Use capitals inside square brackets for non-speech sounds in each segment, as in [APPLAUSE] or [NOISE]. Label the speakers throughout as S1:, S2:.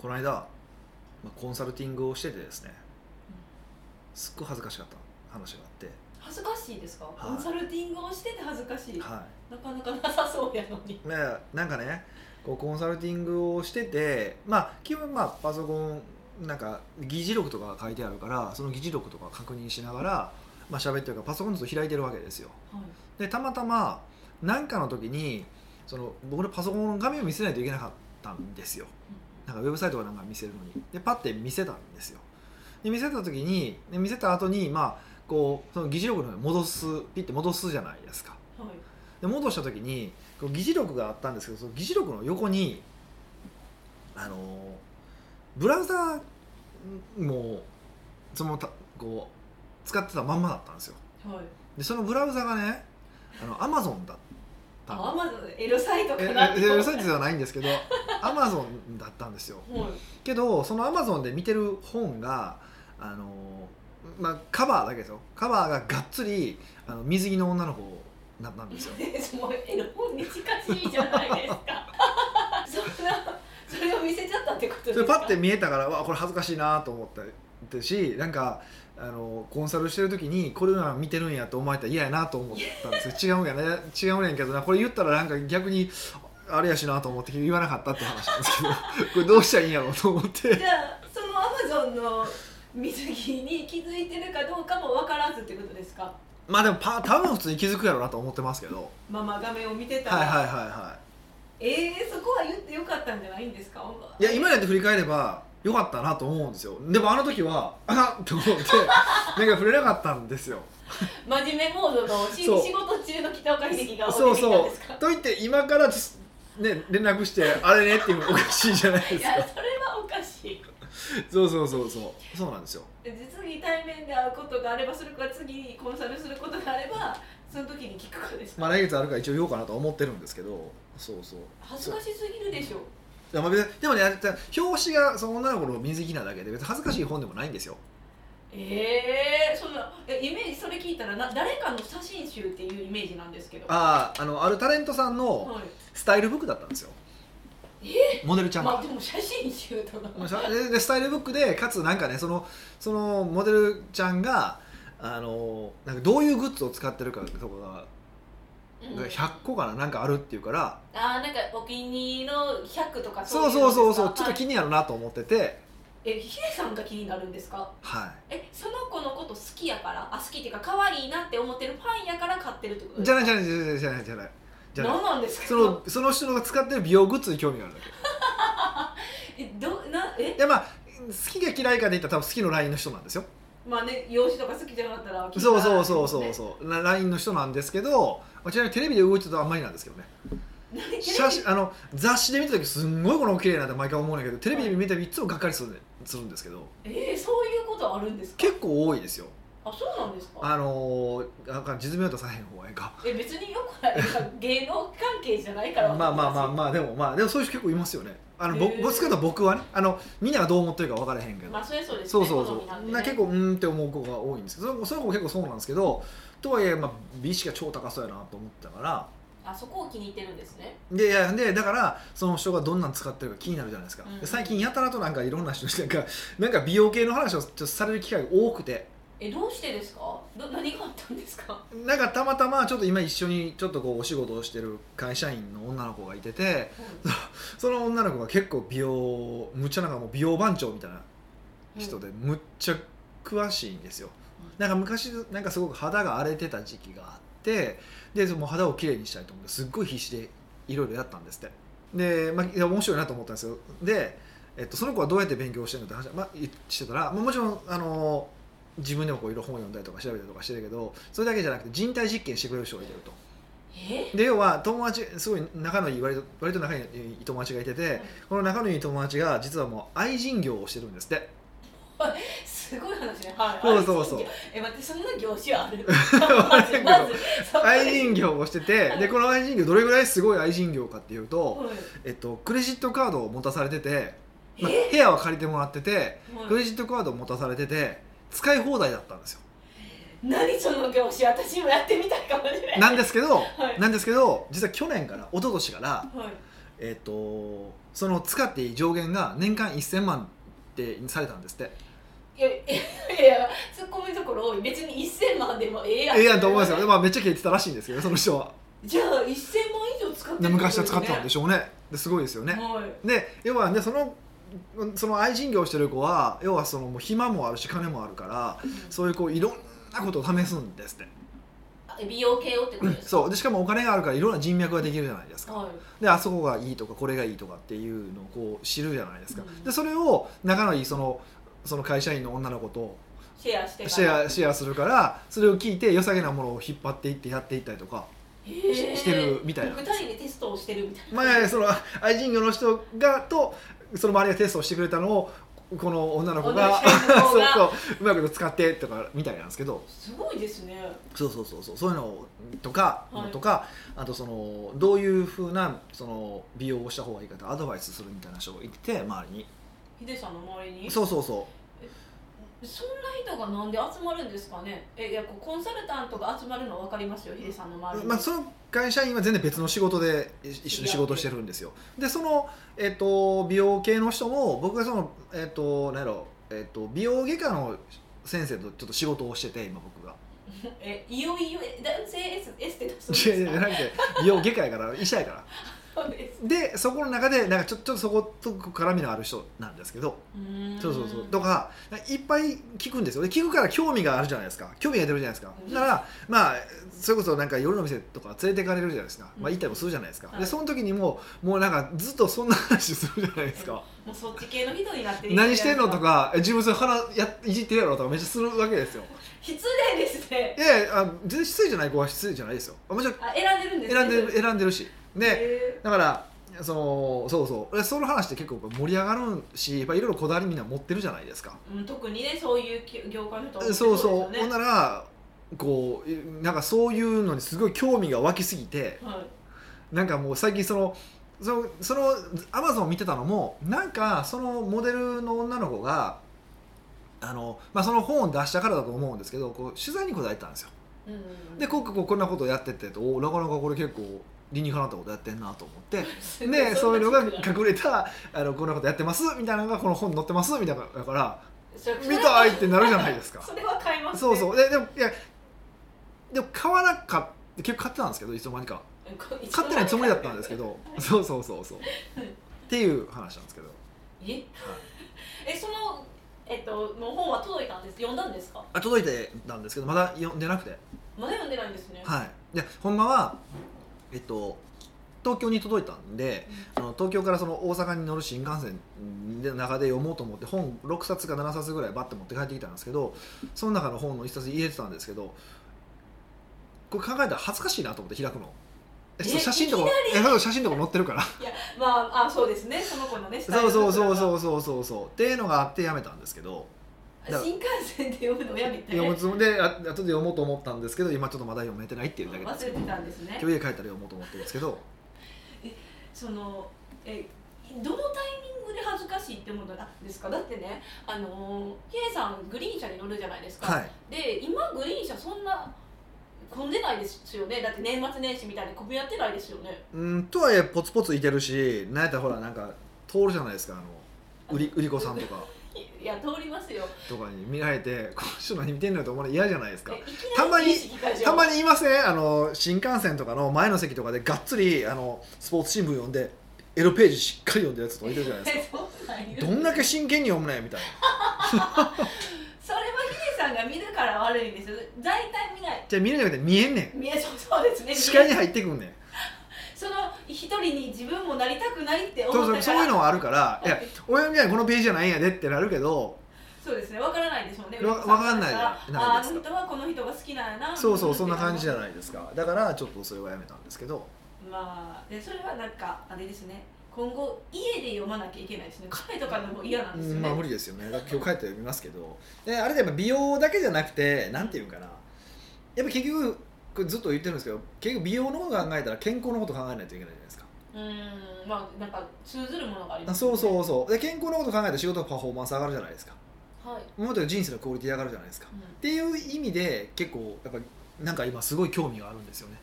S1: この間、まあ、コンサルティングをしててですねすっごい恥ずかしかった話があって、
S2: 恥ずかしいですか、
S1: はい
S2: コンサルティングをしてて恥ずかしい、
S1: は
S2: なかなかなさそうやのに
S1: い、ねなんかねこうコンサルティングをしててまあ基本まあパソコンなんか議事録とか書いてあるからその議事録とか確認しながらまあ喋ってるからパソコンずっと開いてるわけですよ
S2: はい
S1: でたまたま何かの時にその僕のパソコンの画面を見せないといけなかったんですよなんかウェブサイトかなんか見せるのにでパッて見せたんですよで見せた時にで見せた後にまあこうその議事録の方に戻すピッて戻すじゃないですか
S2: うんはい
S1: で戻した時にこう議事録があったんですけどその議事録の横にあのーブラウザーもそのたこう使ってたまんまだったんですよ
S2: はい
S1: でそのブラウザがねあのアマゾンだった
S2: あア
S1: の
S2: マゾンエロサイト
S1: え
S2: か
S1: え
S2: な
S1: えウェブサイトではないんですけどアマゾンだったんですよ
S2: はい
S1: けどそのアマゾンで見てる本があのまあカバーだけですよカバーががっつりあの水着の女の子だったんですよ
S2: もう絵の本に近しいじゃない
S1: [LAUGHS]
S2: ですかそんなそれを見せちゃったってこと
S1: そ
S2: です
S1: れ
S2: か
S1: パッて見えたからわあこれ恥ずかしいなと思ったしなんかあのコンサルしてる時にこれは見てるんやと思われたら嫌やなと思ったんですよ違うんやね違うねんけどなこれ言ったらなんか逆にあれやしなと思って言わなかったって話なんですけど [LAUGHS] これどうしたらいいんやろうと思って
S2: じゃあそのアマゾンの水着に気づいてるかどうかも分からずってことですか
S1: まあでもパ多分普通に気づくやろうなと思ってますけど
S2: ママ画面を見てたら、
S1: はいはいはいはい
S2: えー、そこは言ってよかったんじゃないんですか
S1: いや今になって振り返れば良かったなと思うんですよでもあの時はあっと
S2: [LAUGHS]
S1: 思ってなんか触れなかったんですよ
S2: 真面目モードのし仕
S1: そう
S2: 事中の北岡秀樹が
S1: そ
S2: 出
S1: う
S2: てきたん
S1: そ
S2: で
S1: う
S2: すか
S1: と言って今からつね連絡してあれねっていうのおかしいじゃないで
S2: い
S1: す
S2: や
S1: か
S2: それはおかしい
S1: そうそうそうそうそうなんですよ
S2: で次対面で会うことがあればそれか次コンサルすることがあればその時に聞くかですか、
S1: まあ来月あるから一応言おうかなとは思ってるんですけどそうそう
S2: 恥ずかしすぎるでしょ
S1: いやまあ別にでもねあれって表紙がその女の子の水着なだけで別に恥ずかしい本でもないんですよ
S2: ええー、そんなえイメージそれ聞いたらな誰かの写真集っていうイメージなんですけど
S1: あああのあるタレントさんの
S2: はい
S1: スタイルブックだったんですよモデルちゃんが
S2: まあでも写真集とか
S1: まあしゃででスタイルブックでかつなんかねそのそのモデルちゃんがあのなんかどういうグッズを使ってるかとか
S2: うん
S1: が100個かななんかあるっていうから、
S2: あーなんかお気に入りの100とか
S1: そうそうそうそう
S2: いのですか
S1: ちょっと気になるなと思ってて
S2: えヒデさんが気になるんですか
S1: は
S2: えその子のこと好きやからあ好きっていうか可愛いなって思ってるファンやから買ってるってこと
S1: い
S2: です
S1: じゃない
S2: い
S1: じゃないじゃないじゃないじゃないじゃない
S2: 何なんですか
S1: そのその人が使ってる美容グッズに興味があるだけ
S2: えどなえ
S1: いやまあ好きが嫌いかで言ったら多分好きの LINE の人なんですよ
S2: まあね容姿とか好きじゃなかったら
S1: そうそうそうそうそ
S2: そ
S1: うな LINE の人なんですけどまあちなみにテレビで動いてたとあんまりなんですけどね
S2: う
S1: 写真あの雑誌で見た時すんごいこの子綺麗なって毎回思うんだけどテレビで見た時いつもがっかりする,、するんですけど
S2: えー、そういうことあるんですか
S1: 結構多いですよ
S2: あそうなんですか
S1: あのー、なんか実名を出さへん方がいいか
S2: え別によくないなんか芸能関係じゃないか
S1: ま
S2: ら
S1: あまあまあ
S2: あ
S1: まあでもまあでもそういう人結構いますよねあの僕
S2: へー
S1: 僕少なくとも僕はねあのみんながどう思ってるか分からへんけど、
S2: まあそれそうですね
S1: そうそうそ
S2: 好みなん
S1: う
S2: で
S1: な
S2: ね
S1: 結構うーんって思う子が多いんですけどそのその子も結構そうなんですけどとはいえ、まあ、美意識が超高そうやなと思ったから
S2: あそこを気に入ってるんですね
S1: でいやでだからその人がどんなん使ってるか気になるじゃないですか、
S2: うん
S1: で最近やたらとなんかいろんな人になんか [LAUGHS] なんか美容系の話をちょっとされる機会が多くて
S2: えどうしてですかど何があったんですか
S1: なんかたまたまちょっと今一緒にちょっとこうお仕事をしてる会社員の女の子がいててその女の子が結構美容むっちゃなんかもう美容番長みたいな [LAUGHS] 人でむっちゃ詳しいんですよ
S2: うん
S1: なんか昔なんかすごく肌が荒れてた時期があってでその肌をきれいにしたいと思ってすっごい必死でいろいろやったんですってで、まあ、いや面白いなと思ったんですよで、えっと、その子はどうやって勉強してるのって話、まあ、言してたら、まあ、もちろんあの自分でもこういろいろ本読んだりとか調べたりとかしてるけどそれだけじゃなくて人体実験してくれる人がいてると
S2: え
S1: で要は友達すごい仲のいい割と割と仲のいい友達がいててこの仲のいい友達が実はもう愛人業をしてるんですって
S2: すごい話ねはい
S1: そうそうそう
S2: え待ってそんな業種
S1: [LAUGHS]
S2: あるまずまずそこで
S1: 愛人業をしててでこの愛人業どれぐらいすごい愛人業かっていうと、
S2: はい
S1: えっと、クレジットカードを持たされてて、まあ
S2: え
S1: 部屋は借りてもらってて
S2: はい
S1: クレジットカードを持たされてて使い放題だったんですよ
S2: 何その業種私もやってみたいかもしれない
S1: なんですけど、
S2: はい
S1: なんですけど実は去年から一昨年から、
S2: はい
S1: えっとその使っていい上限が年間1000万ってされたんですって
S2: いやいやいやツッコミどころ多い別に1000万でもええやん
S1: ええやんと思いますよで、まあ、めっちゃ消えてたらしいんですけどその人は
S2: じゃあ1000万以上使って
S1: で昔は使ってたんで
S2: し
S1: しょうねですごいですよ
S2: ょ
S1: ね
S2: はい
S1: で要はねそのその愛人業してる子は要はそのもう暇もあるし金もあるからそういうこういろんなことを試すんですって
S2: あ美容系をってことですか
S1: そうでしかもお金があるからいろんな人脈ができるじゃないですか
S2: はい
S1: であそこがいいとかこれがいいとかっていうのをこう知るじゃないですか、
S2: うん
S1: でそれを仲のいいそのその会社員の女の子と
S2: シェアして
S1: シェアシェアするからそれを聞いて良さげなものを引っ張っていってやっていったりとか
S2: し
S1: してるみたいな
S2: 2人でテストをしてるみたいな
S1: 前その愛人業の人がとその周りがテストをしてくれたのをこの女の子が
S2: 女の
S1: [LAUGHS]
S2: 子の方が
S1: そうそううまいこと使ってとかみたいなんですけど
S2: すごいですね
S1: そうそうそうそうそういうのとか、
S2: はい
S1: とかあとそのどういうふうなその美容をした方がいいかってアドバイスするみたいな人がいて周り
S2: ヒデさんの周りに
S1: にそうそうそ
S2: そんな人がなんで集まるんですかねえいやこうコンサルタントが集まるの分かりますよヒデさんの周り
S1: う、
S2: に、
S1: まあ、その会社員は全然別の仕事でい一緒に仕事してるんですよでその、えっと美容系の人も僕がその、えっとなんやろえっと美容外科の先生とちょっと仕事をしてて今僕が
S2: えいよいよえ男性エスエステだそう
S1: いやい
S2: で
S1: や
S2: す
S1: じゃな
S2: か
S1: くて美容外科やから医者やから
S2: そうです
S1: でそこの中でなんかちょちょっとそこと絡みのある人なんですけど
S2: うーん
S1: そうそうそうとかいっぱい聞くんですよで聞くから興味があるじゃないですか興味が出るじゃないですか
S2: うん
S1: だからまあそれこそなんか夜の店とか連れて行かれるじゃないですか、まあ、
S2: うん
S1: 行ったりもするじゃないですか、
S2: はい
S1: でその時にももうなんかずっとそんな話するじゃないですか
S2: もうそっち系の人になってる
S1: 何してんのとかえ自分それ腹やいじってるやろとかめっちゃするわけですよ
S2: 失礼ですね
S1: いやいやあ全然失礼じゃない子は失礼じゃないですよあもちろん
S2: あ選んでるんです
S1: 選んでる
S2: る
S1: 選んでるしで、
S2: で
S1: だからそのそうそうでその話って結構やっぱ盛り上がるしやっぱいろいろこだわりみんな持ってるじゃないですか
S2: うん、特にねそういうき業界の人は
S1: そうそうほんならこうなんかそういうのにすごい興味が湧きすぎて
S2: はい
S1: なんかもう最近そのそのそのアマゾン見てたのもなんかそのモデルの女の子があの、まあ、その本を出したからだと思うんですけどこう取材に答えてたんですよ
S2: うんうん、
S1: でこうこうこんなことやってておなかなかこれ結構理にかなったことやってんなと思って
S2: すごい
S1: でそういうのが
S2: そんな人
S1: 隠れたあのこんなことやってますみたいなのがこの本載ってますみたいなだから
S2: それ
S1: 見たいってなるじゃない [LAUGHS] ですか
S2: それは買います、ね、
S1: そうそうででもいやでも買わなかった結構買ってたんですけどいつの間にか
S2: うん
S1: 買ってないつもりだったんですけどそうそうそうそうっていう話なんですけど
S2: え [LAUGHS] えそのえっとの本は届いたんです読んだんですか
S1: あ届いてたんですけどまだ読んでなくて
S2: まだ読んでないんですね、
S1: はいでほんまはえっと東京に届いたんであの東京からその大阪に乗る新幹線の中で読もうと思って本6冊か7冊ぐらいバッて持って帰ってきたんですけどその中の本の1冊入れてたんですけどこれ考えたら恥ずかしいなと思って開くのえ
S2: え
S1: そう写真とか
S2: いきな
S1: えそう写真とか載ってるから
S2: [LAUGHS] いやまああそうですねその子のね
S1: そうそうそう
S2: う
S1: そうそうそうそうっていうのがあってやめたんですけどだ
S2: 新幹線で読むのやめて
S1: 読む
S2: 忘
S1: つもりであ後で読もうと思ったんですけど今ちょっとまだ読めてないっていうだけです
S2: れてたんですね
S1: 今日家帰ったら読もうと思ってるんですけど
S2: そのえどのタイミングで恥ずかしいって思ったんですかだってねあのヒエさんグリーン車に乗るじゃないですか、
S1: はい
S2: で今グリーン車そんな混んでないですよねだって年末年始みたいに混み合ってないですよね
S1: うんとはいえポツポツいてるしなんやったらほらなんか通るじゃないですかあの売り売り子さんとか
S2: いや通りますよ
S1: とかに見られてこの人何見てんのよと思うの嫌じゃないですか
S2: えいきなり
S1: たまに
S2: 電子機械じゃ
S1: た
S2: ん
S1: まにいますねあの新幹線とかの前の席とかでがっつりあのスポーツ新聞読んでエロページしっかり読んでるやつとかいてるじゃないですか
S2: えそうなんよ
S1: どんだけ真剣に読むねんみたいな
S2: それはヒデさんが見るから悪いんですよ大体見ない
S1: じゃあ見るんじゃなくて見えんね
S2: 見えそうそうですね
S1: ん視界に入ってくんねん
S2: その一人に自分もなりたくないって思
S1: そう
S2: った
S1: そ
S2: か
S1: う
S2: ら
S1: そういうのはあるから
S2: はい
S1: いや俺みたいにこのページじゃないんやでってなるけど
S2: そうですね、わからないでしょうね。
S1: わわかんないじ
S2: あ
S1: ゃ
S2: あ
S1: ないで
S2: ー、あ
S1: すか
S2: の人はこの人が好きなんやな。
S1: そうそうそんな感じじゃ
S2: い。
S1: ないですかだからちょっとそれはやめたんですけど
S2: まあ、で、それはなんか、あれですね。今後、家で読まなきゃいけないですね。カフェとかでも嫌なんですよ
S1: まあ無
S2: ね。
S1: 理ですよねだから今日帰って読みますけどであれでやっぱ美容だけじゃなくてなんていうんかなやっぱ結局これずっと言ってるんですけど結局美容のこと考えたら健康のこと考えないといけないじゃないですか
S2: うーん、まあ、なんか通ずるものがあります、
S1: そうそうそうで健康のこと考えたら仕事のパフォーマンス上がるじゃないですか
S2: う。はい。
S1: もっと言うと人生のクオリティ上がるじゃないですか
S2: う
S1: っていう意味で結構やっぱなんか今すごい興味があるんですよね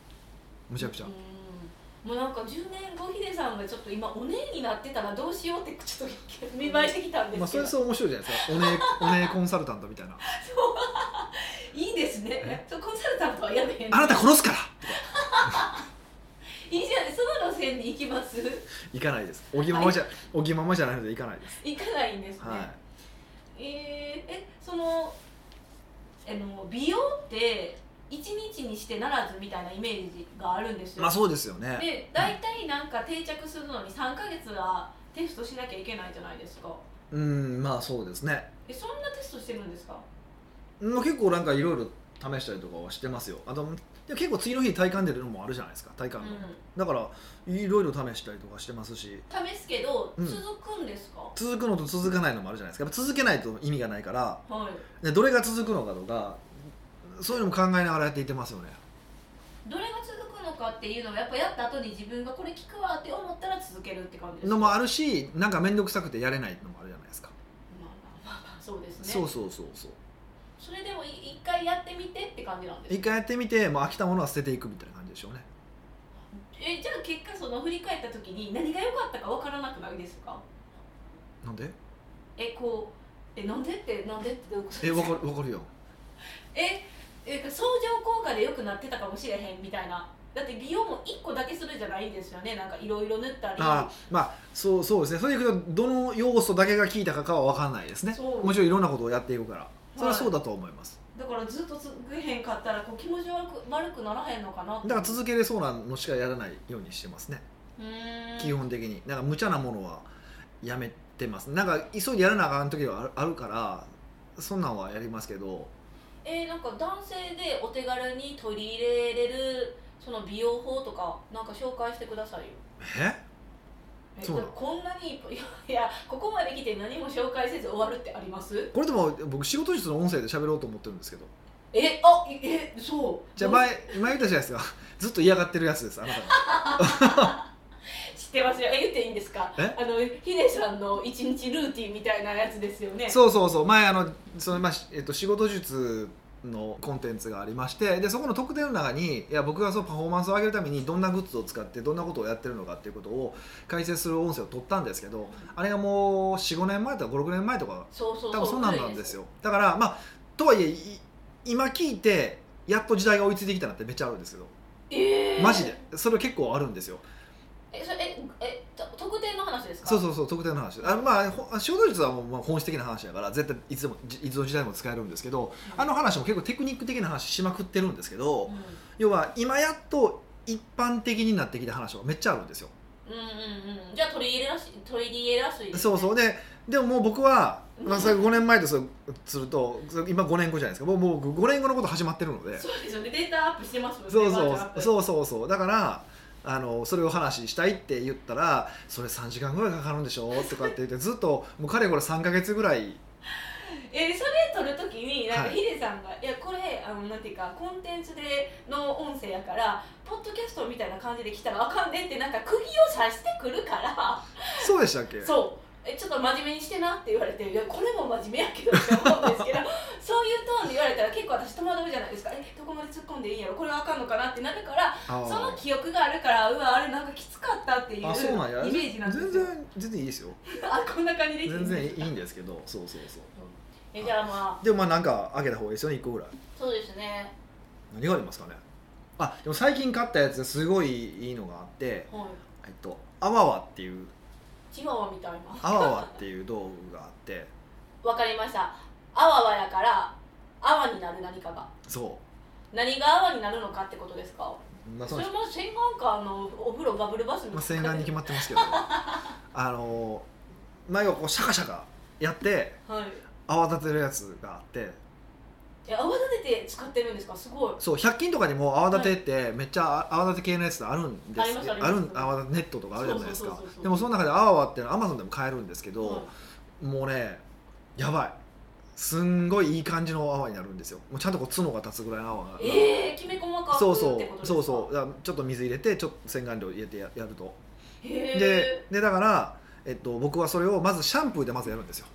S1: む
S2: む
S1: ちゃくちゃ、
S2: うん。もうなんか10年後ヒデさんがちょっと今おねえになってたらどうしようってちょっと見栄えしてきたんです
S1: まあ、
S2: け
S1: そ
S2: ど、
S1: れそう面白いじゃないですかおねえお
S2: [LAUGHS]
S1: ねえコンサルタントみたいな「
S2: いいですねそうコンサルタントはやめへん
S1: あなた殺すから!」
S2: いいじゃないその路線に行きます
S1: 行かないですおぎままじゃ、おぎままじゃないので行かないです
S2: 行かないんですね、
S1: は
S2: えーえそのあの美容って一日にしてならずみたいなイメージがあるんです
S1: い
S2: よ、
S1: まあそうですよね
S2: で大体なんか定着するのに3ヶ月はテストしなきゃいけないじゃないですか
S1: うんまあそうですね
S2: えそんなテストしてるんですか
S1: まあ結構なんかいろいろ試したりとかはしてますよあとでも結構次の日に体感出るのもあるじゃないですか体感の、
S2: う
S1: だからいろいろ試したりとかしてますし
S2: ん試すけど
S1: うん
S2: 続くんですか、
S1: 続くのと続かないのもあるじゃないですかやっぱ続けないと意味がないから
S2: はい
S1: でどれが続くのかとかそういうのも考えながらやっていってますよね
S2: どれが続くのかっていうのはやっぱやった後に自分がこれ聞くわって思ったら続けるって感じですか
S1: のもあるしなんか面倒くさくてやれないのもあるじゃないですか、
S2: まあまあまあまあそうですね
S1: そうそうそうそう
S2: それでもい一回やってみてって感じなんです
S1: 一回やってみて、まあ、飽きたものは捨てていくみたいな感じでしょうね
S2: えじゃあ結果その振り返った時に何が良かったか分からなくないですか
S1: なんで
S2: えこうえなんでってなんでってどういうこと
S1: え
S2: です
S1: わ
S2: か
S1: かるわかるよ
S2: ええ相乗効果で良くなってたかもしれへんみたいなだって美容も1個だけするじゃないんですよねなんかいろいろ塗ったり
S1: あーまあそうそうですねそれでいくとどの要素だけが効いたかかは分かんないですね
S2: そう
S1: もちろんいろんなことをやっていくからそれはそうだと思います、
S2: だからずっと続けへんかったらこう気持ち悪く悪くならへんのかなって
S1: だから続けれそうなのしかやらないようにしてますね
S2: うーん
S1: 基本的になんか無茶なものはやめてますなんか急いでやらなあかん時はあるあるからそんなんはやりますけど
S2: えー、なんか男性でお手軽に取り入れれるその美容法とかなんか紹介してくださいよ
S1: え
S2: え
S1: そうなの
S2: こんなにいっぱいいやいやここまで来て何も紹介せず終わるってあります
S1: これでも僕仕事術の音声で喋ろうと思ってるんですけど
S2: えあいえそう
S1: じゃあ
S2: どう
S1: 前前言ったじゃないですか [LAUGHS] ずっと嫌がってるやつですあなたが
S2: 知ってますよえ言っていいんですか
S1: え
S2: あのヒデさんの一日ルーティンみたいなやつですよね
S1: そうそうそう前あのその、まあしえっと、仕事術のコンテンツがありましてでそこの特典の中にいや僕がそのパフォーマンスを上げるためにどんなグッズを使ってどんなことをやってるのかっていうことを解説する音声を取ったんですけどあれがもう45年前とか56年前とか
S2: そうそうそう
S1: 多分そんなんなんですよだからまあとはいえい今聞いてやっと時代が追いついてきたなってめっちゃあるんですけど
S2: えー
S1: マジでそれ結構あるんですよ
S2: えそれええと特典の話ですか
S1: そうそうそう特定の話あまあほ仕事術はもうまあ本質的な話だから絶対いつでもじいつの時代も使えるんですけど
S2: うん
S1: あの話も結構テクニック的な話しまくってるんですけど、
S2: うん
S1: 要は今やっと一般的になってきた話がめっちゃあるんですよ、
S2: うんうんうんじゃあ取り入れらし取り入れやすいです、ね、
S1: そうそうででももう僕は、まあ、
S2: うん
S1: それ5年前とそうするとそれ今5年後じゃないですかもうもう僕5年後のこと始まってるので
S2: そうですよねデータアップしてますもんね
S1: そう
S2: バージ
S1: そ
S2: ョンアッ
S1: う
S2: プ
S1: そうそうそうだからあのそれを話したいって言ったらそれ3時間ぐらいかかるんでしょとかって言ってずっともうかれこれ3か月ぐらい
S2: えーそれ撮るときになんか
S1: はい
S2: ヒデさんが、い、やこれあのなんていうかコンテンツでの音声やからポッドキャストみたいな感じで来たらあかんでってなんか釘を刺してくるから
S1: そうでしたっけ
S2: そうえちょっと真面目にしてなって言われていやこれも真面目やけどって思うんです
S1: [LAUGHS]
S2: けどそういうトーンで言われたら結構私戸惑うじゃないですかえどこまで突っ込んでいいんやろこれはあかんのかなってなるから
S1: あー
S2: その記憶があるからうわあれなんかきつかったっていうイメ
S1: あそうなんや
S2: ージなんですよ
S1: 全然全然いいですよ
S2: [LAUGHS] あこんな感じでいいん
S1: 全
S2: です
S1: 然いいんですけどそうそうそう
S2: えじゃあまあ
S1: でもまあなんか開けた方がいいですよね1個ぐらい
S2: そうですね
S1: 何がありますかねあでも最近買ったやつですごいいいのがあって
S2: はい
S1: えっとアワワっていう
S2: チワワみたいな
S1: アワワっていう道具があって
S2: わかりましたあわわやからあわになる何かが
S1: そ
S2: 何があわになるのかってことですか
S1: う、まあ、そ
S2: そ
S1: の
S2: れも洗顔かのお風呂バブルバスみたい
S1: ま
S2: な
S1: あ、洗顔に決まってますけどあの前をこうシャカシャカやって
S2: はい
S1: 泡立てるやつがあって
S2: え泡立てて使ってるんですかすごい
S1: そう100均とかにも泡立てってめっちゃ泡立て系のやつあるんです
S2: ありますあります
S1: あるん泡立てネットとかあるじゃないです
S2: そう
S1: か
S2: そうそうそう
S1: でもその中で泡はっていうのはアマゾンでも買えるんですけ
S2: はい
S1: ど、もうねやばいすんごいいい感じの泡になるんですよもうちゃんとこう角が立つぐらいの泡が、
S2: えー、きめ細かくって
S1: そ
S2: こ
S1: う
S2: と
S1: そ
S2: ですか
S1: うそうそうだからちょっと水入れてちょっと洗顔料入れてややると
S2: へー
S1: ででだから、えっと、僕はそれをまずシャンプーでまずやるんですよ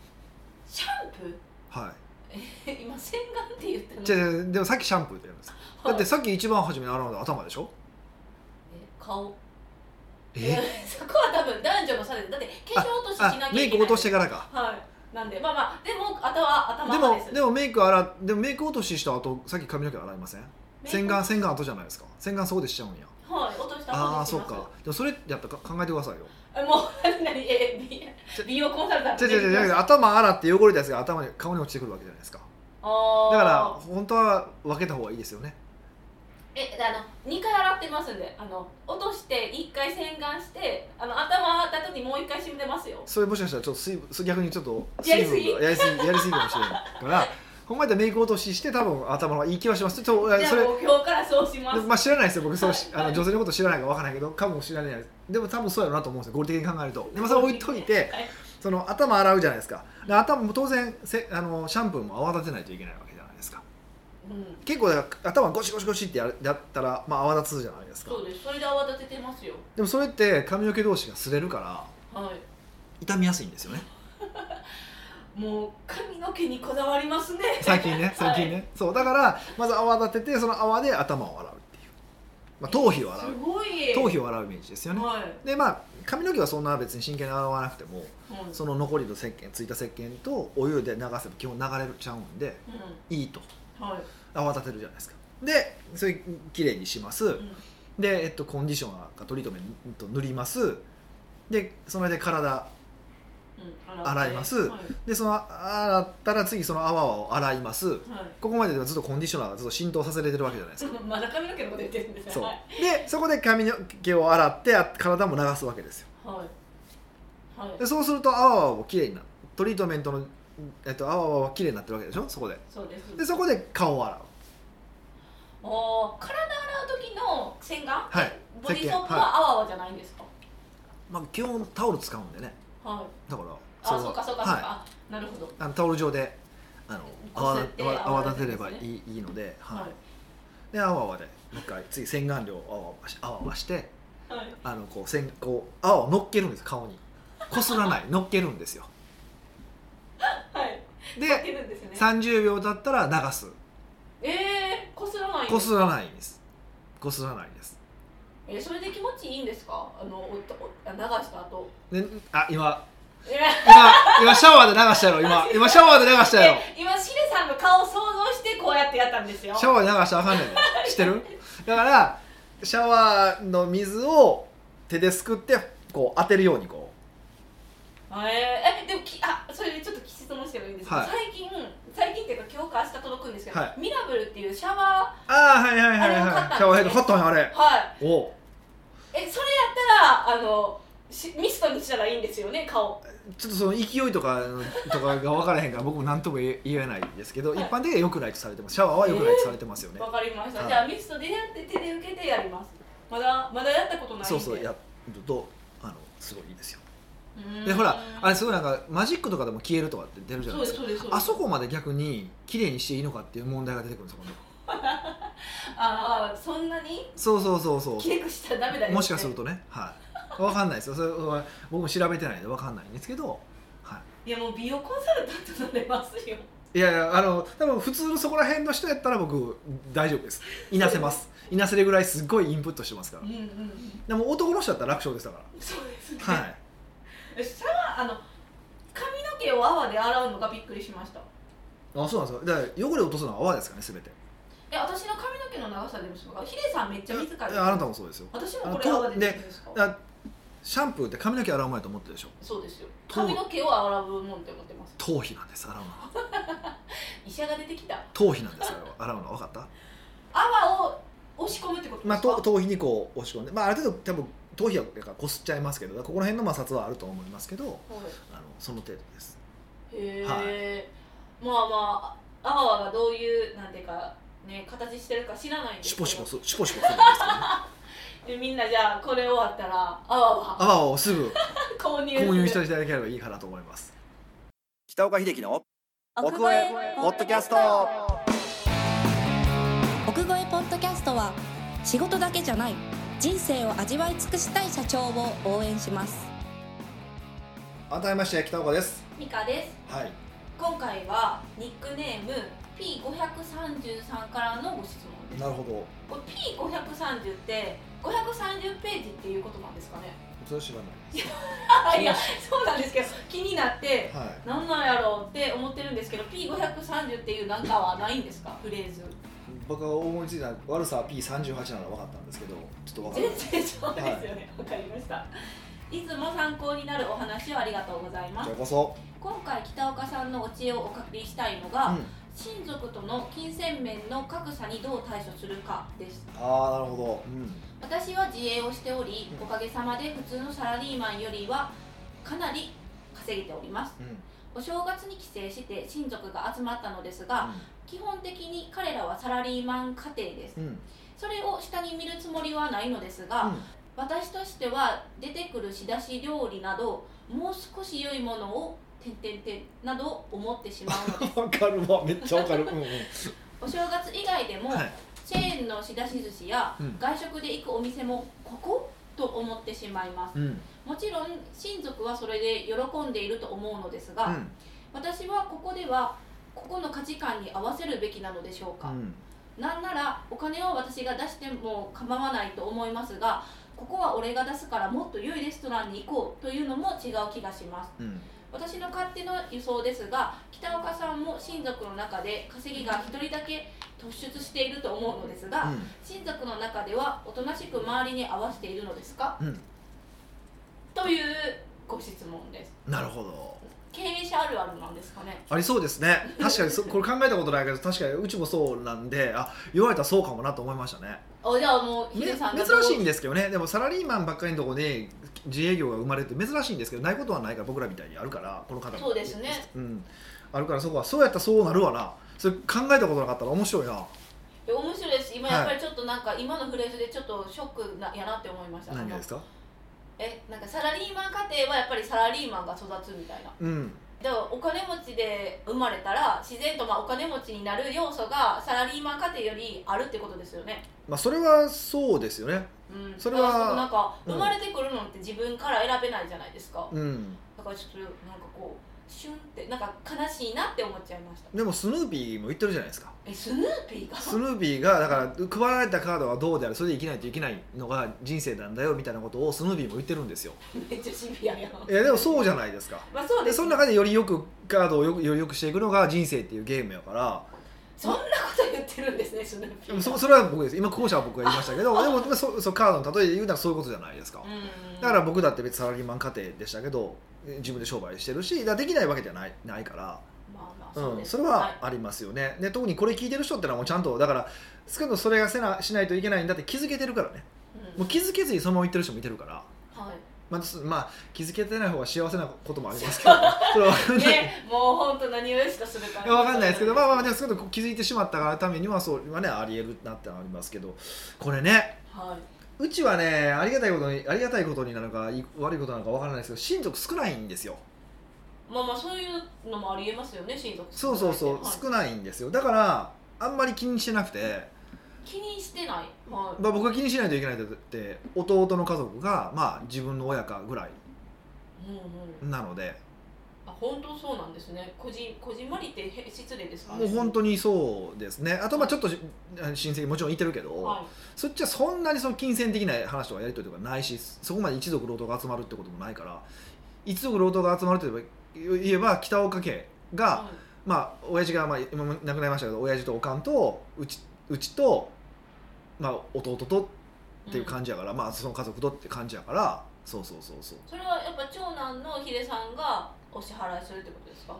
S2: シャンプ
S1: はい
S2: ー [LAUGHS] 今洗顔って言ったの
S1: じゃでもさっきシャンプーでやるんですだって
S2: はい
S1: さっき一番初めに洗うのは頭でしょ
S2: え顔
S1: え
S2: [LAUGHS] そこは多分男女の差でだって化粧落とししな
S1: あ
S2: きゃいけな
S1: メ
S2: い
S1: イク落としてからか
S2: はいなんでまあまあでも頭は頭
S1: で
S2: 派
S1: もでもメイク洗っでもメイク落としした後さっき髪の毛洗いません
S2: メイク
S1: 洗顔洗顔後じゃないですか洗顔そこでしちゃうんや
S2: はい落とした
S1: あ
S2: 後
S1: あ
S2: にし
S1: そ
S2: ま
S1: っ
S2: す
S1: かでもそれやったら考えてくださいよ
S2: えもう何何え美
S1: ちょ
S2: 美容コンサルタン
S1: じ
S2: ト
S1: ゃじゃじゃじゃ頭洗って汚れたやつが頭に顔に落ちてくるわけじゃないですか
S2: あー
S1: だから本当は分けた方がいいですよね
S2: えあの2回洗ってますんであの落として1回洗顔してあの頭洗った後にもう1回染みてますよ
S1: それもしかしたらちょっと水分逆にちょっと水
S2: やりすぎ
S1: 分がやりすぎやりすぎかもしれないから考えたらメイク落としして多分頭のいい気はしますちょっと
S2: じゃ
S1: そ
S2: あ
S1: れ
S2: もう今日からそうします
S1: でもまあ知らないですよ僕そうし
S2: は
S1: あ
S2: い
S1: の女性のこと知らないから分からないけどかもしれないですでも多分そうやろうなと思うんですよ合理的に考えるとでもそれ置いといて
S2: [LAUGHS] はい
S1: その頭洗うじゃないですかで頭も当然せあのシャンプーも泡立てないといけないわけじゃないですか
S2: うん
S1: 結構だから頭ゴシゴシゴシってやるやったら、まあ、泡立つじゃないですか
S2: そうですそれで泡立ててますよ
S1: でもそれって髪の毛同士が擦れるから
S2: はい
S1: 傷みやすいんですよね
S2: もう髪の毛にこだわります
S1: [LAUGHS]
S2: ね
S1: 最近ね最近ね、そうだからまず泡立ててその泡で頭を洗うっていう、まあ、頭皮を洗
S2: す
S1: う
S2: ごい
S1: 頭皮を洗うイメージですよね
S2: はい、
S1: でまあ髪の毛はそんな別に真剣に洗わなくても
S2: はい
S1: その残りの石鹸ついた石鹸とお湯で流せば基本流れちゃうんで
S2: う
S1: いいと
S2: んはい
S1: 泡立てるじゃないですかでそれきれいにします
S2: うん
S1: で、えっと、コンディショナーかトリートメント塗りますでその間体
S2: うん
S1: 洗います
S2: はい
S1: でその洗ったら次その泡を洗います
S2: はい
S1: ここまでではずっとコンディショナーがずっと浸透させられてるわけじゃないです
S2: そ
S1: か
S2: の [LAUGHS] まだ髪の毛のこと言ってるんですよ
S1: そう
S2: はい
S1: でそこで髪の毛を洗ってあ体も流すわけですよ
S2: はいはい
S1: でそうすると泡をきれいになトリートメントの、えっと、泡はきれいになってるわけでしょそこで
S2: そうです
S1: でそこで顔を洗う
S2: おー体洗う時の洗顔
S1: はい
S2: ボディソープ
S1: は
S2: は泡泡じゃないんですか
S1: いまあ、基本タオル使うんでね
S2: はい
S1: だから
S2: あ
S1: れは
S2: そうかそうかそう
S1: はい、
S2: かなるほど
S1: あのタオル状であの泡
S2: こす
S1: だ
S2: って
S1: 泡泡
S2: 泡
S1: 立
S2: 立
S1: てれ
S2: てれ
S1: ば
S2: ば
S1: い
S2: いい
S1: いいいので、はい
S2: はい
S1: で泡泡でもう一回次洗顔料を泡をし泡泡して
S2: はい
S1: あのこう洗こう泡を乗っけるんです顔にこすら
S2: [LAUGHS]
S1: ない乗っけるんですよ
S2: はいかけ
S1: で
S2: るんですね
S1: 30秒経ったら流す
S2: えーこすらないんで
S1: こ
S2: す
S1: すらないんですこすらないんです
S2: えそれで気持ちいいんですかあのおっとお流した後
S1: であ今
S2: え
S1: 今今シャワーで流したやろ今今シャワーで流したやろ
S2: え今シレさんの顔を想像してこうやってやったんですよ
S1: シャワーで流したらあかんねんで知ってるだからシャワーの水を手ですくってこう当てるようにこ
S2: えーえでもきあそれでちょっと質問してもいいんですか、
S1: はい
S2: 最近最近っていうか今日か明日届くんですけど、
S1: は
S2: ミラブルっていうシャワ
S1: うああはいはいはい
S2: あれを買
S1: は
S2: っ
S1: い
S2: た
S1: シャワーヘッド買ったんやあれ
S2: ーはい
S1: おう
S2: えそれやったらあのしミストにしたらいいんですよね顔
S1: ちょっとその勢いとかとかが分からへんから僕も何とも言え言えないですけど、
S2: はい
S1: 一般的には良くないとされてますシャワーは良くないとされてますよね、
S2: わかりました、
S1: はい
S2: じゃあミストでやって手で受けてやりますまだまだやったことないんで
S1: そうそうやるとあのすごいいいですよ
S2: うーん
S1: でほらあれすごいなんかマジックとかでも消えるとかって出るじゃな
S2: そ
S1: いうで
S2: です
S1: か
S2: すそうですそうです
S1: あそこまで逆に綺麗にしていいのかっていう問題が出てくるんですよ今度
S2: ああそんなに
S1: そうそうそうそう
S2: きれくしたらダメだよ、ね、
S1: もしかするとね、はい、わかんないですよ。それは僕も調べてないんでわかんないんですけど、はい
S2: やもう美容コンサルタントになれますよ
S1: い。いやいやあの多分普通のそこら辺の人やったら僕大丈夫です。いなせます。いなせるぐらいすごいインプットしてますか
S2: う
S1: ら
S2: ん。うんうん
S1: でも男の人だったら楽勝ですだか
S2: そうですね、
S1: ら。はい。
S2: シャワーあの髪の毛を泡で洗うのがびっくりしました
S1: あそうなんですよ。だから汚れを落とすのは泡ですからねすべて。
S2: え私の髪の毛の長さでもそうかヒデさんめっちゃ短い
S1: いやあなたもそうですよ。
S2: 私もこれ泡でできるんですか
S1: だからシャンプーって髪の毛洗う前と思ってるでしょ。
S2: そうですよ
S1: と
S2: 髪の毛を洗うもんって思ってます
S1: 頭皮なんです洗うのは。
S2: 医者が出てきた
S1: 頭皮なんですあれは洗うのは分かった？
S2: 泡を押し込むってことですか、
S1: まあ、と頭皮にこう押し込んで、まあ、ある程度多分頭皮はこすっちゃいますけどここら辺の摩擦はあると思いますけど
S2: はい
S1: あのその程度です
S2: へえ、まあまあ泡がどういうなんていうかね形してるか知らないんです
S1: シュ
S2: けど
S1: ポシュポすシュポシュポするんですけど、ね、
S2: でみんなじゃあこれ終わったら泡は
S1: 泡をすぐ
S2: 購入する
S1: 購入していただければいいかなと思います北岡秀樹の
S3: 奥越え
S1: ポッドキャスト
S3: 奥越えポッドキャストは仕事だけじゃない人生を味わい尽くしたい社長を応援します
S1: 改めまして北岡です
S2: ミカです
S1: はい
S2: 今回はニックネーム P533 からのご質問です
S1: なるほ
S2: これ P530 って530ページっていうことなんですかね
S1: それは知ら [LAUGHS] ないです
S2: いや [LAUGHS] そうなんですけど気になって
S1: はい
S2: なんなんやろうって思ってるんですけど P530 っていうなんかはないんですかフレーズ
S1: 僕が思いついた悪さは P38 なら分かったんですけどちょっと分から
S2: 全
S1: ない
S2: 然そうですよねわ、かりましたいつも参考になるお話をありがとうございま
S1: じ
S2: す
S1: ゃあこそ、
S2: 今回北岡さんのお知恵をお借りしたいの
S1: うん、
S2: が、
S1: あ
S2: 親族との金銭面の格差にどう対処するかです
S1: あなるほど、うん、
S2: 私は自営をしており
S1: うん
S2: おかげさまで普通のサラリーマンよりはかなり稼げております
S1: うん
S2: お正月に帰省して親族が集まったのですが基本的に彼らはサラリーマン家庭です
S1: うんうん
S2: それを下に見るつもりはないのですが、私としては出てくる仕出し料理などもう少し良いものをてんてんてんなど思ってしまうの
S1: [LAUGHS]
S2: です
S1: 分かるわめっちゃ分かる、うんうん、
S2: お正月以外でも、
S1: はい
S2: チェーンの仕出し寿司や
S1: うん
S2: 外食で行くお店もここと思ってしまいます
S1: うん
S2: もちろん親族はそれで喜んでいると思うのですが、
S1: うん
S2: 私はここではここの価値観に合わせるべきなのでしょうか、
S1: うん
S2: なんならお金を私が出しても構わないと思いますがここは俺が出すからもっと良いレストランに行こうというのも違う気がします
S1: うん
S2: 私の勝手な予想ですが北岡さんも親族の中で稼ぎが1人だけ突出していると思うのですが、親族の中ではおとなしく周りに合わせているのですか
S1: うん
S2: というご質問です
S1: うんなるほど
S2: 経営者あるあるなんですかね
S1: ありそうですね確かにそこれ考えたことないけど確かにうちもそうなんであ言われたらそうかもなと思いましたね
S2: おじゃあもうヒ
S1: ね
S2: デさんが
S1: 珍しいんですけどねでもサラリーマンばっかりのとこで自営業が生まれるって珍しいんですけどないことはないから僕らみたいにあるからこの方も
S2: そうですね
S1: うん、あるからそこはそうやったらそうなるわなそれ考えたことなかったら面白いな
S2: で面白いです今やっぱりちょっとなんか、今のフレーズでちょっとショックなやなって思いました
S1: 何が
S2: あ
S1: で
S2: の
S1: すか
S2: えなんかサラリーマン家庭はやっぱりサラリーマンが育つみたいな
S1: うん
S2: でもお金持ちで生まれたら自然とまあお金持ちになる要素がサラリーマン家庭よりあるってことですよね、
S1: まあそれはそうですよね
S2: うん、
S1: それは
S2: だからなんか
S1: うん
S2: 生まれてくるのって自分から選べないじゃないですか、
S1: うん
S2: だからちょっとなんかこうシュンってなんか悲しいなって思っちゃいました
S1: でもスヌーピーも言ってるじゃない
S2: [LAUGHS]
S1: ですか
S2: えスヌーピーが
S1: スヌーピーがだから配られたカードはどうであれそれで生きないといけないのが人生なんだよみたいなことをスヌーピーも言ってるんですよ
S2: めっちゃシビアやん
S1: いやでもそうじゃないですか
S2: まあそうで
S1: ですそ
S2: ね
S1: の中でよりよくカードをよくよりよくしていくのが人生っていうゲームやから
S2: そんなこと言ってるんですねスヌーピ
S1: で
S2: ー
S1: も
S2: が
S1: そそれは僕です今後者は僕が言いましたけどでもでもそそカードの例えで言うならそういうことじゃないですか
S2: うん
S1: だから僕だって別にサラリーマン家庭でしたけどえ自分で商売してるしだからできないわけじゃないないから、
S2: まあまあ
S1: うん
S2: そう
S1: そ
S2: です、
S1: れ
S2: はい
S1: はありますよね、で特にこれ聞いてる人ってのはもうちゃんとだから少なくともそれがせなしないといけないんだって気づけてるからね
S2: うん
S1: もう気づけずにそのまま言ってる人もいてるから、
S2: はい
S1: まあ、すまあ気づけてない方が幸せなこともあります
S2: [LAUGHS]
S1: けどそれは分かんない,、
S2: ね、もう本当何を良しとするか
S1: いやわかんないですけどまあまあでも少なくとも気づいてしまったがためにはそうはねありえるなってのはありますけどこれね
S2: はいう
S1: ちはねありがたいことにありがたいことになのかい悪いことなのかわからないですけど親族少ないんですよ
S2: まあまあそういうのもありえますよね親族
S1: そうそうそう、
S2: はい
S1: 少ないんですよだからあんまり気にしてなくて、
S2: 気にしてないはい
S1: まあ、僕が気にしないといけないとって弟の家族がまあ自分の親かぐらい
S2: うんうん
S1: なので
S2: あ本当そうなんですねこじこじんまりってへ失礼ですか
S1: もう本当にそうですねあとまあちょっとし親戚もちろんいてるけど、
S2: は
S1: そっちはそんなにその金銭的な話とかやり取りとかないしそこまで一族労働が集まるってこともないから一族労働が集まるといえば言えば北岡家
S2: い
S1: が、
S2: は
S1: まあ親父がまあ今も亡くなりましたけど親父とおかんとうちうちと、まあ、弟と
S2: い
S1: っていう感じやから、まあその家族とって感じやからそうそうそうそ
S2: うんそれはやっぱ長男のヒデさんがお支払いするってことですか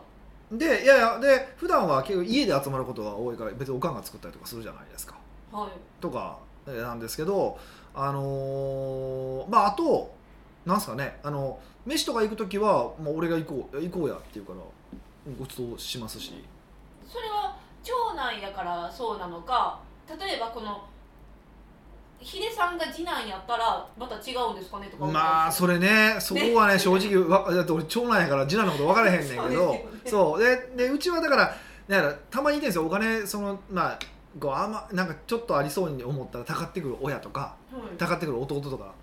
S1: うでいやいやで普段は結構家で集まることが多いから別におかんが作ったりとかするじゃないですか
S2: はい
S1: とかえーなんですけどあのーまああとなんすかねあの飯とか行く時はもう俺が行こう行こうやっていうからごちそうしますし
S2: それは長男やからそうなのか例えばこのヒデさんが次男やったらまた違うんですかねとか思ったりする
S1: まあそれねそこはね正直わだって俺長男やから次男のこと分からへんねんけど
S2: [LAUGHS]
S1: そ
S2: そう
S1: う
S2: です
S1: で,、
S2: よね
S1: でうちはだからだからたまにいてるんですよお金そのまあこうあんまなんかちょっとありそうに思ったらたかってくる親とか
S2: はい
S1: たかってくる弟とか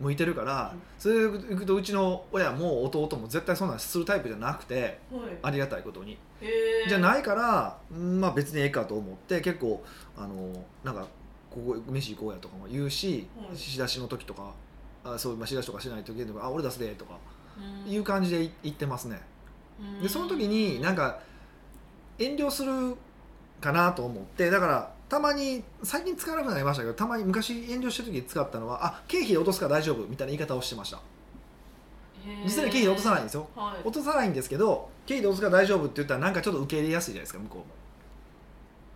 S1: 向いてるから、
S2: うん
S1: それでいくとうちの親も弟も絶対そんなんするタイプじゃなくて
S2: はい
S1: ありがたいことに、
S2: へー
S1: じゃないからまあ別にええかと思って結構あのなんかここ飯行こうやとかも言うし、
S2: うん
S1: 仕出しの時とかあそう、まあ、仕出しとかしない時でも「あ俺出すで」とか
S2: うん
S1: いう感じでい行ってますねでその時になんか遠慮するかなと思ってだからたまに最近使わなくなりましたけどたまに昔遠慮した時に使ったのは「あ経費で落とすから大丈夫」みたいな言い方をしてました実際に経費で落とさないんですよ
S2: い、はい、
S1: 落とさないんですけど経費で落とすから大丈夫って言ったらなんかちょっと受け入れやすいじゃないですか向こうも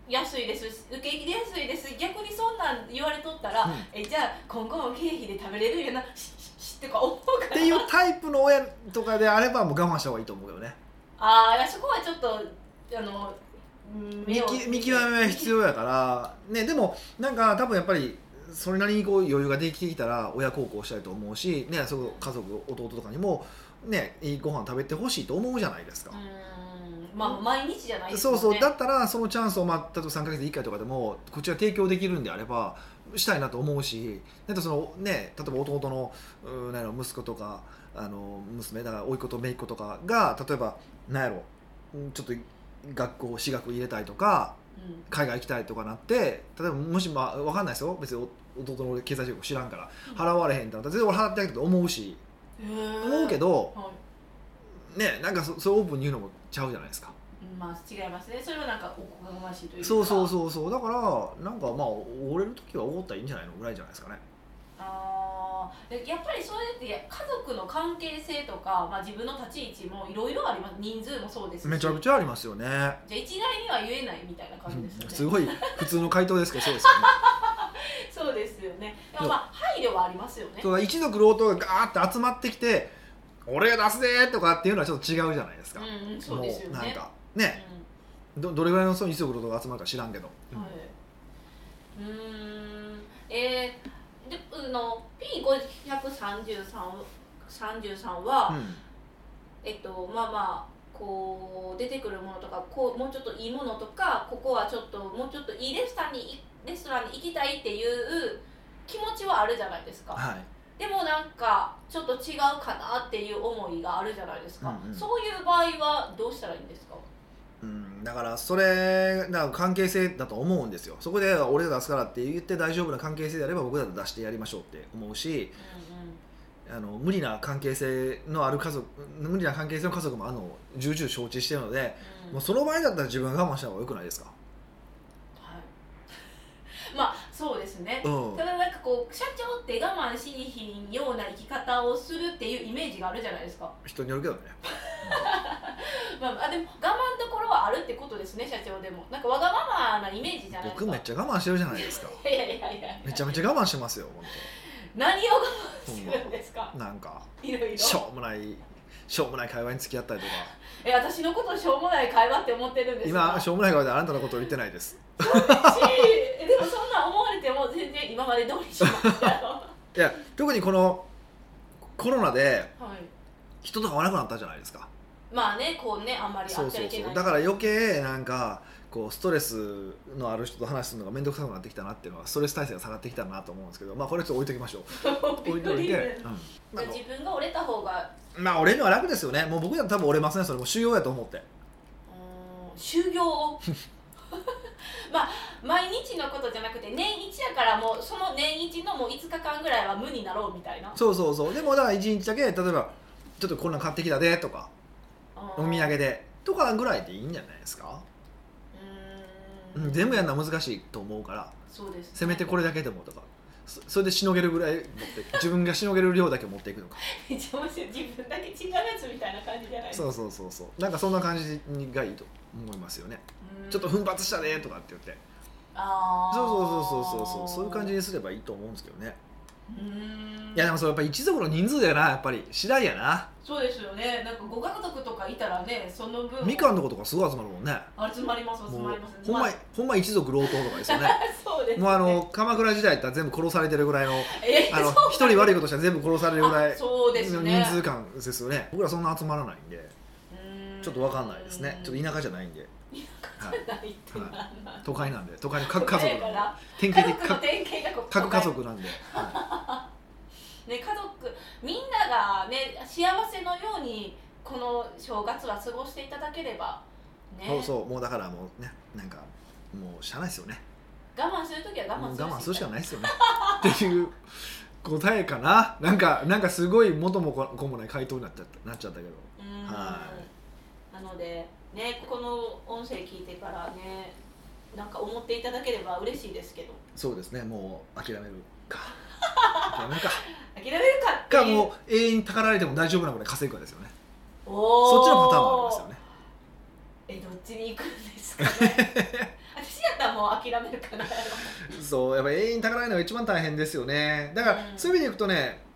S2: 安いです受け入れやすいです逆にそんなん言われとったら、
S1: うん
S2: えじゃあ今後も経費で食べれるよなしししとか思うか
S1: っ
S2: ら
S1: ていうタイプの親とかであればもう我慢した方がいいと思うけどね
S2: ああそこはちょっとあの
S1: 見き見極めは必要やから、ね、でもなんか多分やっぱりそれなりにこう余裕ができてきたら親孝行したいと思うし、ね、その家族弟とかにも、ね、いいご飯食べてほしいと思うじゃないですか
S2: う、んまあ毎日じゃないです
S1: そ
S2: も
S1: うんそうだったらそのチャンスを、まあ、例えば3ヶ月1回とかでもこちら提供できるんであればしたいなと思うしだってその、ね、例えば弟のうーなんやろ息子とかあの娘だから甥っ子と姪っ子とかが例えばなんやろうんちょっと学校私学入れたいとか
S2: うん
S1: 海外行きたいとかなって例えばもし、まあ、分かんないですよ別に弟の俺経済状況知らんから
S2: うん
S1: 払われへんってなったら全然俺払ってあげると思うし
S2: へー
S1: 思うけど、
S2: は
S1: ねなんかそそうオープンに言うのもちゃうじゃないですか
S2: いまあ違いますねそれはなんかおこがましいというか
S1: そうそうそうそうだからなんかまあお折れる時は怒ったらいいんじゃないのぐらいじゃないですかね
S2: あーでやっぱりそうやって家族の関係性とか、まあ、自分の立ち位置もいろいろあります人数もそうですし
S1: めちゃく
S2: ゃ
S1: ちゃありますよね
S2: じゃあ一概には言えないみたいな感じですよね
S1: すごい普通の回答ですけどそうですよね
S2: そうですよねでもまあ配慮はありますよね
S1: そうだ一族老頭がガーって集まってきて「俺が出すで!」とかっていうのはちょっと違うじゃないですか、
S2: うんうんそうですよね
S1: もうなんかね
S2: うん
S1: どどれぐらいのその一族老頭が集まるか知らんけど、
S2: はい、うーんえー、であの P533 は、
S1: うん
S2: えっとまあまあこう出てくるものとかこうもうちょっといいものとかここはちょっともうちょっといいレストランにレストランに行きたいっていう気持ちはあるじゃないですか
S1: はい
S2: でもなんかちょっと違うかなっていう思いがあるじゃないですか、
S1: うんうん
S2: そういう場合はどうしたらいいんですか
S1: うん、だからそれだから関係性だと思うんですよそこで俺が出すからって言って大丈夫な関係性であれば僕だって出してやりましょうって思うしあの無理な関係性のある家族無理な関係性の家族もあるのを重々承知してるので、
S2: うんうん
S1: もうその場合だったら自分が我慢した方がよくないですか、
S2: はい、 [LAUGHS] まあそうですね、
S1: うん
S2: ただなんかこう社長って我慢しにひんような生き方をするっていうイメージがあるじゃないですか、
S1: 人によるけどね
S2: まあ、あでも我慢どころはあるってことですね社長でもなんかわがままなイメージじゃないですか
S1: 僕めっちゃ我慢してるじゃないですか
S2: いやいやいや
S1: めちゃめちゃ我慢してますよ本
S2: 何を我慢してるんですか
S1: 当なんか
S2: いろいろ
S1: しょうもないしょうもない会話に付き合ったりとか
S2: え私のことしょうもない会話って思ってるんです
S1: 今し
S2: し
S1: ょうもない会話であなたのことを言ってないです
S2: えでもそんな思われても全然今まで通りしましたよ
S1: いや特にこのコロナで
S2: はい
S1: 人と会わなくなったじゃないですか
S2: まあねこうねあんまり
S1: そ
S2: 会
S1: う
S2: っちゃ
S1: そ
S2: いうけ
S1: そ
S2: ないう
S1: だから余計なんかこうストレスのある人と話すのが面倒くさくなってきたなっていうのはストレス耐性が下がってきたなと思うんですけどまあこれちょっと置いときましょう置
S2: [LAUGHS]
S1: いといて、うんまあ
S2: 自分が折れた方が
S1: まあ折れるのは楽ですよねもう僕だと多分折れますねそれも修行やと思って
S2: うーん修行を [LAUGHS] まあ毎日のことじゃなくて年一やからもうその年一のもう5日間ぐらいは無になろうみたいな
S1: そうそうそうでもだから1日だけ例えばちょっとこんなん買ってきたでとかお
S2: お
S1: 土産でとかぐらいでいいんじゃないですか、うん、全部やるのは難しいと思うから
S2: そうです、ね、
S1: せめてこれだけでもとかそそれでしのげるぐらい持って自分がしのげる量だけ持っていくのか
S2: めっちゃ面白い [LAUGHS] 自分だけ違うやつみたいな感じじゃない
S1: そうそうそうそうなんかそんな感じがいいと思いますよねちょっと奮発したねとかって言って
S2: ああ
S1: そうそうそうそうそうそうそういう感じにすればいいと思うんですけどね
S2: うーん
S1: いやでもそれやっぱり一族の人数だよなやっぱり次第やな
S2: そうですよねなんかご家族とかいたらねその分
S1: みかんのことがすごい集まるもんね
S2: あ集まります集
S1: も
S2: まり
S1: う
S2: ます
S1: ほんま
S2: あ
S1: ほんま一族老頭とかですよね
S2: [LAUGHS] そうですね
S1: もうあの鎌倉時代って全部殺されてるぐらいの
S2: [LAUGHS] え
S1: あの一人悪いことしたら全部殺されるぐらい
S2: あそうです
S1: の
S2: ね
S1: 人数感ですよね僕らそんな集まらないんでちょっとわかんないですねちょっと田舎じゃないんで
S2: 田舎じゃないってなんなん
S1: 都会なんで都会の各家族
S2: だか
S1: なん
S2: ら
S1: で典型的
S2: 家族の
S1: 各
S2: 典型がこう
S1: 各家族なんで、は
S2: ね家族みんながね幸せのようにこの正月は過ごしていただければ
S1: い
S2: ね
S1: そうそうもうだからもうねなんかもうしゃあないですよね
S2: 我慢する時は
S1: 我
S2: 我慢する
S1: 慢するしか
S2: ない
S1: ないですよねっていう答えかななんかなんかすごい元も子もない回答になっちゃったなっちゃったけど
S2: うん
S1: は
S2: なのでねこの音声聞いてからねなんか思っていただければ嬉しいですけど
S1: そうですねもう諦めるか [LAUGHS] 諦めるか
S2: 諦めるかって
S1: か
S2: いう
S1: もう永遠にたかられても大丈夫なぐらい稼ぐかですよね
S2: お
S1: そっちのパターンもあり
S2: も
S1: ますよ
S2: ね
S1: ね
S2: えどっちに行くんですかね私やったらもう諦めるかな
S1: そうやっぱ永遠にたかられるのが一番大変ですよねだから、
S2: うん
S1: そういう意味でいくとね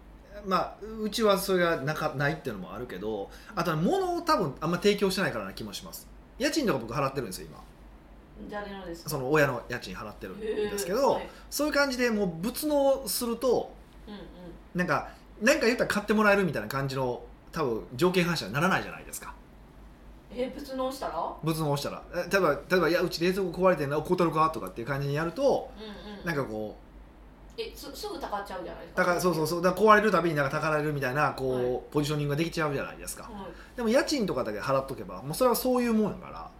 S1: まあ、うちはそれがなかないっていうのもあるけどあとは物を多分あんま提供してないからな気もします家賃とか僕払ってるんですよ今
S2: 誰のですか
S1: その親の家賃払ってるんですけど、
S2: はい
S1: そういう感じでもう物納すると
S2: うんうん
S1: なんかなんか言ったら買ってもらえるみたいな感じの多分条件反射にならないじゃないですか
S2: え仏納したらう
S1: 物納したらえ例えば例えば「いやうち冷蔵庫壊れてんなこうたるか?」とかっていう感じにやると
S2: んうん
S1: なんかこ
S2: えすすぐたかっちゃうじゃないです
S1: う
S2: か
S1: だからそうそう
S2: そ
S1: そうだから壊れるたびになんかたかられるみたいなこう、
S2: はい
S1: ポジショニングができちゃうじゃないですか、
S2: はい、
S1: でも家賃とかだけ払っとけばもうそれはそういうもんやから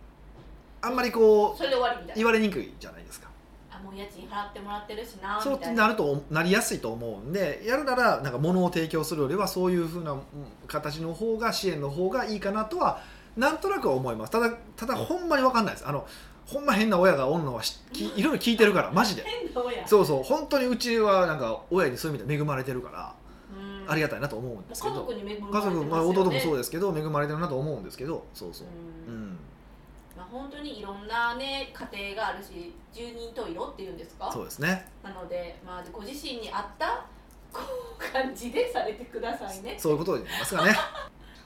S1: あんまりこ
S2: そうれで終わりみたい
S1: 言
S2: な
S1: われにくいじゃないですか
S2: あもう家賃払ってもらってるしな
S1: そう
S2: みたいな
S1: なるとなりやすいと思うんでやるならなんか物を提供するよりはそういうふうなうん形の方が支援の方がいいかなとはなんとなくは思いますただただほんまに分かんないですあのほんま変な親がおんのはしきいろいろ聞いてる
S2: [LAUGHS]
S1: からマジで
S2: 変な親
S1: そうそう本当にうちはなんか親にそういう意味で恵まれてるから
S2: うん
S1: ありがたいなと思うんですけ
S2: 家
S1: ど
S2: 族に恵ま
S1: 家
S2: れてますよ
S1: 族、
S2: ね
S1: まあ、弟もそう
S2: で
S1: ですけど恵まれてるなと思うんですけどそうそう
S2: う
S1: うんん
S2: まあ、本当にいろんなね家庭があるし住人と色っていうんですか
S1: そうですね
S2: なので、まあ、ご自身に合ったこう感じでされてくださいね
S1: そういうことになりますかね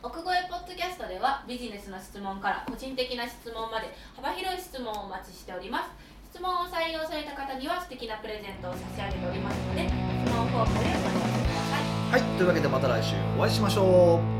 S2: 奥越ポッドキャストではビジネスの質問から個人的な質問まで幅広い質問をお待ちしております質問を採用された方には素敵なプレゼントを差し上げておりますので質問フォームでお待ちください
S1: はいというわけでまた来週お会いしましょう